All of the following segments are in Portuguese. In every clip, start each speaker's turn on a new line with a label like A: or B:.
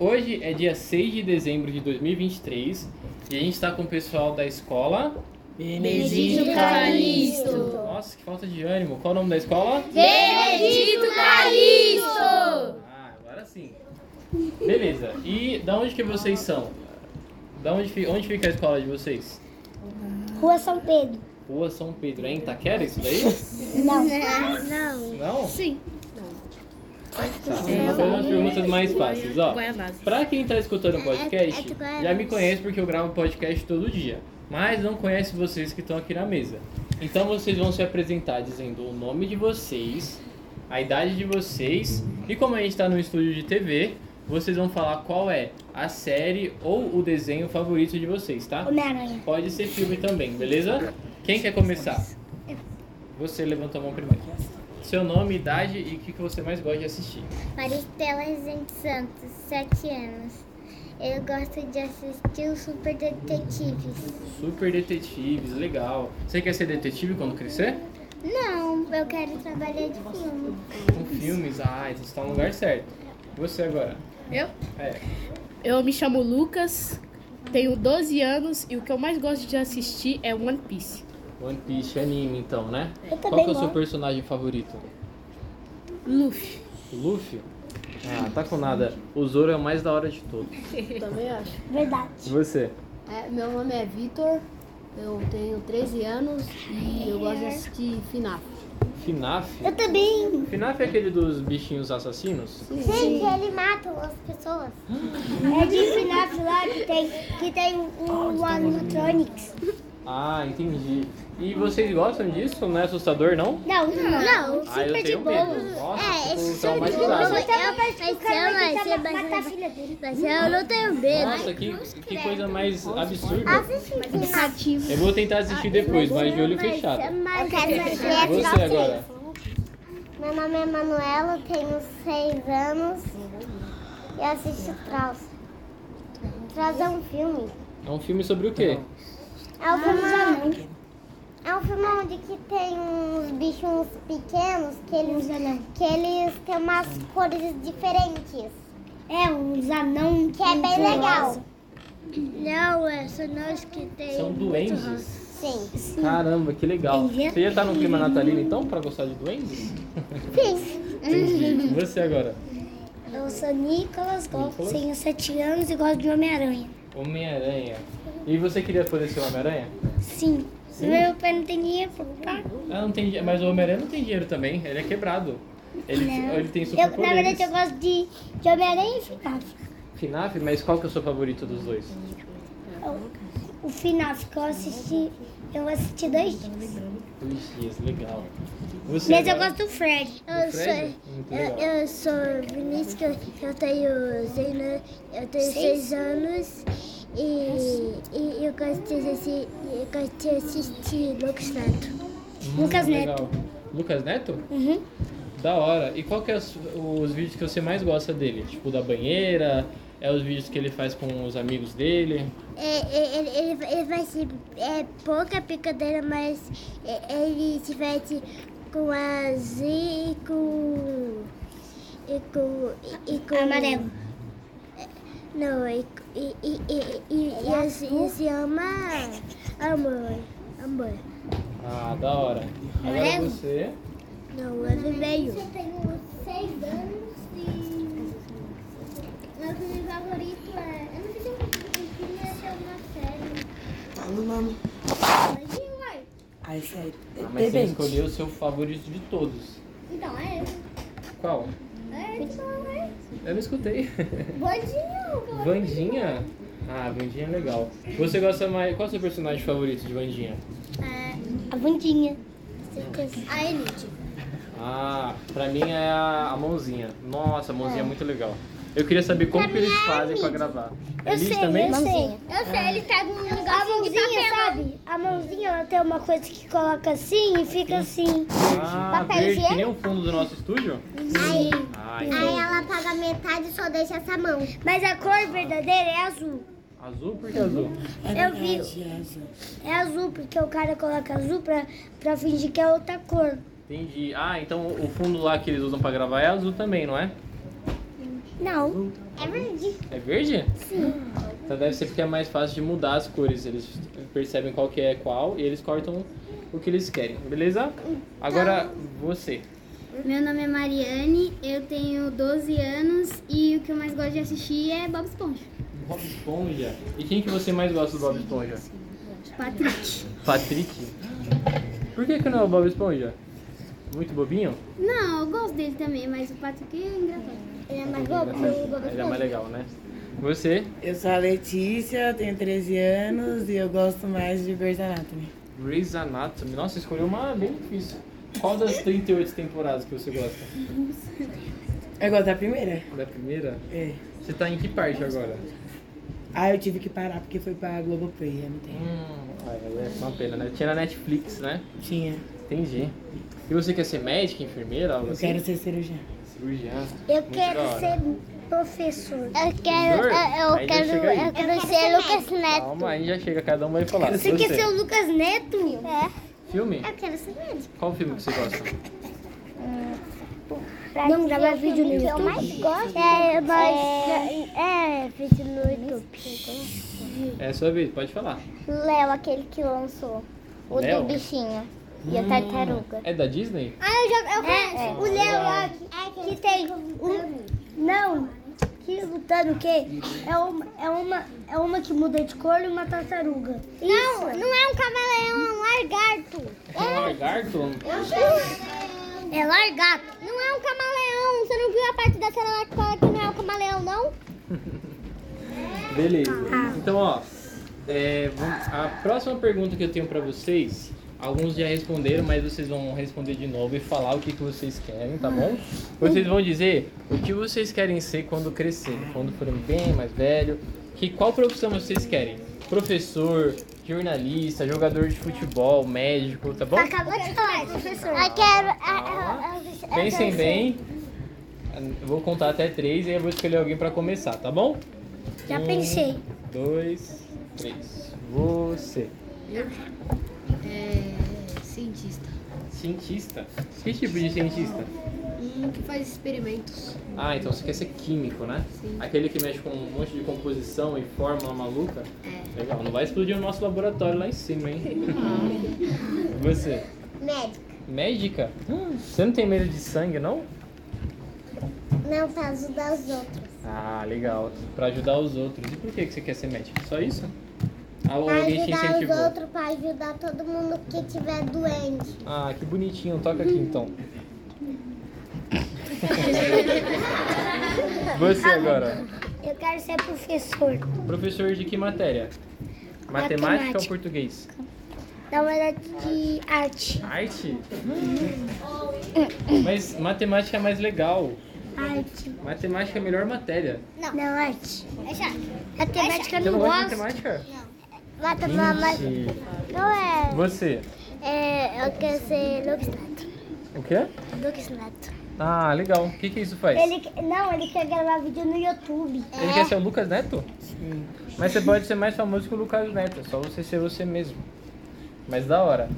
A: Hoje é dia 6 de dezembro de 2023 e a gente está com o pessoal da escola.
B: Benedito Calixto.
A: Nossa, que falta de ânimo. Qual o nome da escola?
B: Benedito Calixto.
A: Ah, agora sim. Beleza. E da onde que vocês são? Da onde, fi- onde fica a escola de vocês?
C: Rua São Pedro.
A: Rua São Pedro. É em Itaquera isso daí?
C: Não.
A: Não?
D: Sim.
A: Tá. Vou fazer umas perguntas mais fáceis, ó. Pra quem tá escutando o podcast, já me conhece porque eu gravo podcast todo dia. Mas não conhece vocês que estão aqui na mesa. Então vocês vão se apresentar dizendo o nome de vocês, a idade de vocês e como a gente tá no estúdio de TV, vocês vão falar qual é a série ou o desenho favorito de vocês, tá?
C: Homem-Aranha.
A: Pode ser filme também, beleza? Quem quer começar? Você levantou a mão primeiro. Seu nome, idade e o que que você mais gosta de assistir.
E: Maristela Rezende Santos, 7 anos. Eu gosto de assistir o Super Detetives.
A: Super detetives, legal. Você quer ser detetive quando crescer?
E: Não, eu quero trabalhar de filme.
A: Com filmes? Ah, então você tá no lugar certo. Você agora?
D: Eu?
A: É.
D: Eu me chamo Lucas, tenho 12 anos e o que eu mais gosto de assistir é One Piece.
A: One Piece anime então, né?
C: Eu
A: Qual
C: também
A: que é o seu
C: gosto.
A: personagem favorito?
D: Luffy.
A: O Luffy? Ah, tá com nada. O Zoro é o mais da hora de todos.
F: Também acho.
C: Verdade.
A: E você?
F: É, meu nome é Vitor, eu tenho 13 anos e eu gosto de assistir FNAF.
A: FNAF?
C: Eu também.
A: FNAF é aquele dos bichinhos assassinos?
E: Gente, ele mata as pessoas.
C: É de FNAF lá que tem, que tem
A: tá
C: um animatronics.
A: Ah, entendi. E vocês gostam disso? Não é assustador, não?
C: Não, não.
A: ah, eu tenho medo. Nossa,
E: É,
A: ficou
E: esse super de boa.
A: traumatizado.
E: Mas eu, mas eu, mas eu,
C: Vai matar a filha dele.
E: mas eu não tenho
A: Nossa,
E: medo.
A: que, que coisa mais absurda.
E: Assiste o Detetives.
A: Eu vou tentar assistir depois, mas de olho fechado.
E: Eu quero
A: E
E: assistir
A: Você agora.
E: Meu nome é Manuela, tenho 6 anos e assisto Traus. Traus é um filme.
A: É um filme sobre o quê?
E: É um filme
C: Ah,
E: de É um filme onde que tem uns bichos pequenos que eles, que eles têm umas cores diferentes.
C: É, uns anão.
E: Que é bem legal.
C: Não, é só nós que tem.
A: São duendes.
E: Sim.
A: Caramba, que legal.
C: Entendi.
A: Você já tá no clima natalino então, pra gostar de duendes?
E: Sim.
A: Entendi. Você agora.
C: Eu sou Nicolas,
A: Nicolas?
C: gosto, tenho 7 anos e gosto de Homem-Aranha.
A: Homem-Aranha. E você queria poder ser o Homem-Aranha?
C: Sim. Meu pai não tem tá? dinheiro pra comprar.
A: Ah, não tem dinheiro. Mas o Homem-Aranha não tem dinheiro também. Ele é quebrado. Ele, ele tem
C: Eu, na verdade, eu
A: superpoderes.
C: gosto de, de Homem-Aranha e FNAF.
A: FNAF, mas qual que é o seu favorito dos dois?
C: O FNAF que eu assisti, eu assisti dois dias.
A: Dois dias, legal. Você
C: Mas eu
A: agora?
C: gosto do Fred.
A: Do Fred? Muito legal.
E: eu sou Vinícius, eu tenho,
C: né?
E: seis, eu tenho seis anos e, e eu gosto de assistir, eu gosto de assistir Lucas Neto.
A: Hum,
C: Lucas Neto.
A: legal. Lucas Neto?
C: Uhum.
A: Da hora. E qual que é os, os vídeos que você mais gosta dele? Tipo, da banheira? É os vídeos que ele faz com os amigos dele?
E: É, é, ele, ele, ele faz é, pouca picadeira, mas é, ele se veste com azul e com. e com. e, e com É,
C: Amarelo.
E: Não, e, e, e, e, e, e assim se ama. Amor. Amor.
A: Ah, da hora. Agora
C: Amarelo?
A: você.
E: Não, é vermelho. Eu tenho seis anos e. Meu filme favorito é. Eu não sei se eu queria ter uma série.
G: No nome.
E: Imagina, uai.
G: Aí sai.
A: Ah, mas você escolheu o seu favorito de todos.
E: Então é esse.
A: Qual?
E: É esse, né?
A: Eu não escutei.
E: Bandinho.
A: Vandinha? Ah, Vandinha é legal. Você gosta mais. Qual é o seu personagem favorito de Vandinha?
C: É, A Vandinha.
E: A Elite.
A: Ah, pra mim é a, a mãozinha. Nossa, a mãozinha é muito legal. Eu queria saber como que eles fazem pra gravar. É Liz também?
C: sei.
E: Eu sei, ele tá num
C: A
E: lugar
C: mãozinha, sabe? A mãozinha, ela tem uma coisa que coloca assim e fica assim.
A: Ah,
E: Papel
A: verde, que
E: higiênico?
A: nem o fundo do nosso estúdio?
E: Aí,
A: Ah,
E: aí ela paga metade e só deixa essa mão.
C: Mas a cor verdadeira é azul.
A: Azul? Por que azul?
C: Eu vi. É azul, porque o cara coloca azul pra, pra fingir que é outra cor.
A: Entendi. Ah, então o fundo lá que eles usam pra gravar é azul também, não é?
C: Não.
E: É verde.
A: É verde? Sim. Então deve ser porque é mais fácil de mudar as cores. Eles percebem qual que é qual e eles cortam o que eles querem, beleza? Agora
E: Então
A: você.
E: Meu nome é Mariane, eu tenho 12 anos e o que eu mais gosto de assistir é Bob Esponja.
A: Bob Esponja. E quem que você mais gosta do Bob Esponja?
E: Patrick.
A: Patrick? Por que, que não é o Bob Esponja? Muito bobinho?
E: Não, eu gosto dele também, mas o Patrick é engraçado. Ele é mais bobo que o Bob
A: Ele é mais
E: Esponja.
A: legal, né? Você,
G: Eu sou a Letícia, tenho 13 anos e eu gosto mais de Grey's Anatomy.
A: Grey's Anatomy. Nossa, escolheu uma bem difícil. Qual das 38 temporadas que você gosta?
G: Eu gosto da primeira?
A: Da primeira?
G: É.
A: Você tá em que parte agora?
G: Ah, eu tive que parar porque foi pra Globoplay, eu não tenho.
A: Hum, ah, é uma pena, né? Tinha na Netflix, né?
G: Tinha.
A: Entendi. E você quer ser médica, enfermeira, algo
G: Eu
A: assim?
G: quero ser cirurgiã.
A: Cirurgiã.
C: Eu
A: Muito
C: quero
A: da hora.
C: ser professor.
E: Eu quero,
A: Dor?
E: eu, eu
A: Ainda
E: quero,
A: chega aí.
E: eu quero ser Lucas Neto.
A: Calma, aí já chega, cada um vai falar.
C: Você quer ser o Lucas Neto?
E: É,
A: Filme?
E: eu quero ser médico.
A: Qual filme que você gosta?
C: Vamos gravar vídeo no
E: Eu
C: YouTube?
E: mais gosto. É, mas é, é vídeo no YouTube.
A: É a sua vez, pode falar.
E: Léo, aquele que lançou. O
A: Léo?
E: do bichinho. E a tartaruga.
A: É da Disney?
E: Ah, eu já eu conheço. O Léo lá que, que tem. um
C: Não. Que lutando o quê? É uma, é, uma, é uma que muda de cor e uma tartaruga.
E: Não, não é um camaleão, é um lagarto.
A: É um lagarto?
E: Eu chamo. É largato. Não é um camaleão. Você não viu a parte da cena lá que fala que não é um camaleão, não?
A: Beleza. Então, ó, é, vamos- a próxima pergunta que eu tenho pra vocês, alguns já responderam, mas vocês vão responder de novo e falar o que, que vocês querem, tá bom? Vocês vão dizer o que vocês querem ser quando crescerem, quando forem bem mais velho, que qual profissão vocês querem? Professor, jornalista, jogador de futebol, médico, tá bom?
E: Acabou de falar, é professor. Eu quero. é,
A: Calma.
E: eu- eu- eu-
A: Pensem
E: eu-
A: bem. Eu vou contar até três e aí eu vou escolher alguém pra começar, tá bom?
C: Já
A: Um,
C: pensei.
A: dois, três. Você.
F: É cientista.
A: Cientista? Que tipo de cientista?
F: Um que faz experimentos.
A: Ah, então você quer ser químico, né?
F: Sim.
A: Aquele que mexe com um monte de composição e fórmula maluca? É. Legal, não vai explodir o nosso laboratório lá em cima, hein? você.
E: Médico.
A: Médica? Hum, Você não tem medo de sangue, não?
E: Não pra ajudar os outros.
A: Ah, legal. Pra ajudar os outros. E por que que você quer ser médico? Só isso? Ah, ou alguém te incentivou?
E: pra ajudar todo mundo que tiver doente.
A: Ah, que bonitinho. Toca aqui então. Você agora.
C: Eu quero ser professor.
A: Professor de que matéria? Matemática,
C: Matemática.
A: ou português?
C: Da hora de arte.
A: Arte? Mas matemática é mais legal.
C: Arte.
A: Matemática é a melhor matéria.
C: Não, arte.
E: É chato.
C: Matemática
A: Você
C: eu
A: não
C: não
A: gosta de
C: gosto.
A: matemática?
E: Matemática.
A: Gente,
E: Não é.
A: Você.
E: É, eu quero ser Lucas Neto.
A: O quê?
E: Lucas Neto.
A: Ah, legal. O que, que isso faz?
C: Ele, que- não, ele quer gravar vídeo no YouTube.
E: É.
A: Ele quer ser o Lucas Neto? Mas você pode ser mais famoso que o Lucas Neto, é só você ser você mesmo. Mas da hora.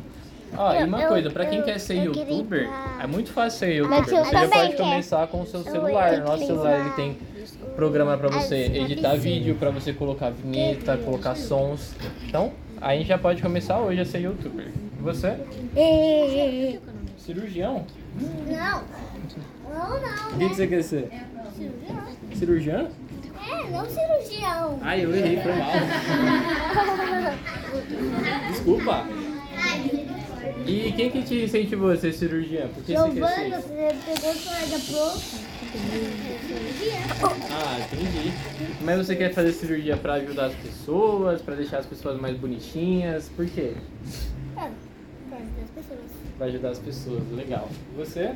A: Ó, e
E: Eu-
A: uma
E: eu-
A: coisa, pra quem
E: eu-
A: quer ser
E: eu queria
A: youtuber,
E: entrar.
A: é muito fácil ser youtuber.
E: Mas eu
A: Você já
E: também
A: pode
E: quero.
A: começar com o seu
E: Eu
A: celular.
E: quero
A: O nosso celular ele
E: utilizar
A: tem programa pra você
E: as
A: editar
E: cabecinhas.
A: vídeo, pra você colocar vinheta, colocar sons. Então, a gente já pode começar hoje a ser youtuber. E Você? Cirurgião?
E: É. Não. Não, não.
A: O que, que você quer ser? Cirurgião?
E: É, não cirurgião.
A: Ai, eu errei, foi mal. Desculpa. E quem que te incentivou a ser cirurgiã? Por que você quer ser?
E: Giovana, você pegou sua da pro.
A: Ah, entendi. Mas você quer fazer cirurgia pra ajudar as pessoas, pra deixar as pessoas mais bonitinhas? Por quê?
E: É,
A: Pra ajudar as pessoas, legal. E Você? é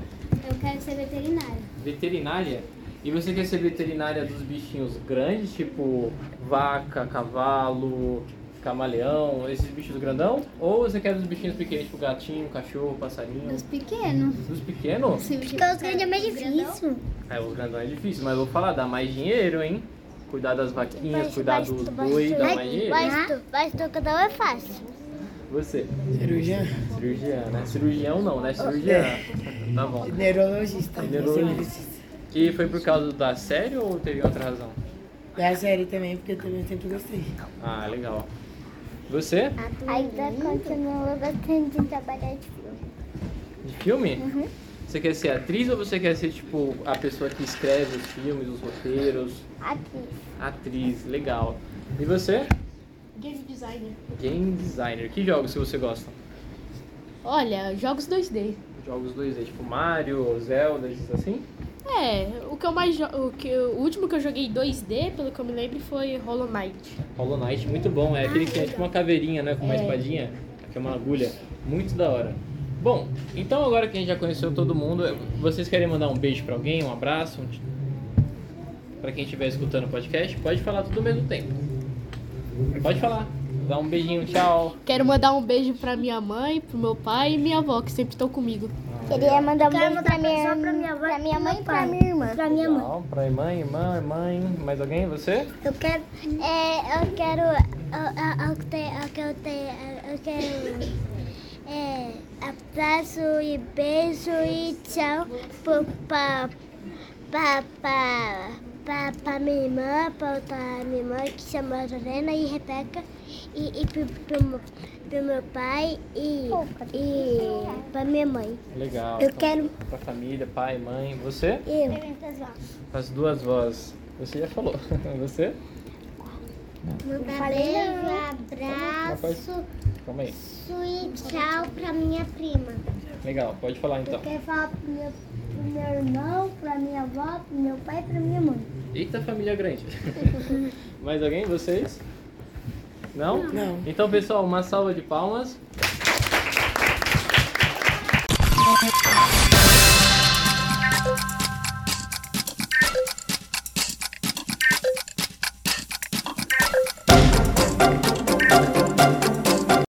E: Eu quero ser veterinária.
A: Veterinária? E você quer ser veterinária dos bichinhos grandes, tipo vaca, cavalo, camaleão, esses bichos grandão? Ou você quer dos bichinhos pequenos, tipo gatinho, cachorro, passarinho?
E: Dos pequenos.
A: Dos pequenos?
E: Porque os grandes é mais difícil.
A: É, o grandão é difícil, mas eu vou falar, dá mais dinheiro, hein? cuidar das vaquinhas, cuidar
E: Basto,
A: dos
E: basto,
A: bois, dar mais dinheiro?
E: basto, basto, cada um é fácil.
A: Você,
G: Cirurgiã?
A: cirurgiã, né? Cirurgião não, né? Cirurgiã. Tá bom. Neurologista.
G: Neurologista. Neurologista.
A: E foi por causa da série ou teve outra razão?
G: Da série também, porque eu também sempre gostei.
A: Ah, legal. Você?
E: Ainda continua gostando de trabalhar de filme.
A: De filme? Você quer ser atriz ou você quer ser, tipo, a pessoa que escreve os filmes, os roteiros?
E: Atriz.
A: Atriz, legal. E você?
D: Game designer.
A: Game designer. Que jogos que você gosta?
D: Olha, jogos 2D.
A: Jogos 2D, tipo Mario, Zelda, esses assim?
D: É, o que eu mais jo- o que eu- o último que eu joguei 2D, pelo que eu me lembro, foi Hollow Knight.
A: Hollow Knight, muito bom. É aquele que tem tipo uma caveirinha, né? Com uma espadinha, que é uma agulha. Muito da hora. Bom, então agora que a gente já conheceu todo mundo, vocês querem mandar um beijo pra alguém, um abraço? Um... t- Pra quem estiver escutando o podcast, pode falar tudo ao mesmo tempo. Pode falar. Dá um beijinho, tchau.
D: Quero mandar um beijo pra minha mãe, pro meu pai e minha avó, que sempre estão comigo.
E: Queria mandar um beijo pra
C: pra
E: minha,
C: minha avó
E: pra minha mãe e pra minha irmã.
C: Pra minha mãe.
A: Tchau, pra mãe, irmã, mãe. Mais alguém? Você?
E: Eu quero. É, eu quero. Eu, eu, eu, te- eu quero. ter- Eu quero. É, abraço e beijo e tchau pro- pra, pra, pra, pra, pra minha irmã, pra outra minha irmã que chama Lorena e Rebeca e, e pro, pro, meu- pro meu pai e, e pra minha mãe.
A: Legal.
E: Eu quero.
A: Pra família, pai, mãe. Você?
E: Eu.
A: As duas vozes. Você já falou. Você?
E: Mandar beijo,
A: Uma
E: abraço
A: coisa. Calma aí.
E: e tchau pra minha prima.
A: Legal, pode falar então.
E: Eu quero falar é pro meu, pro meu irmão, pra minha avó, pro meu pai e pra minha mãe.
A: Eita família grande. Mais alguém? Vocês? Não?
G: Não.
A: Então, pessoal, uma salva de palmas.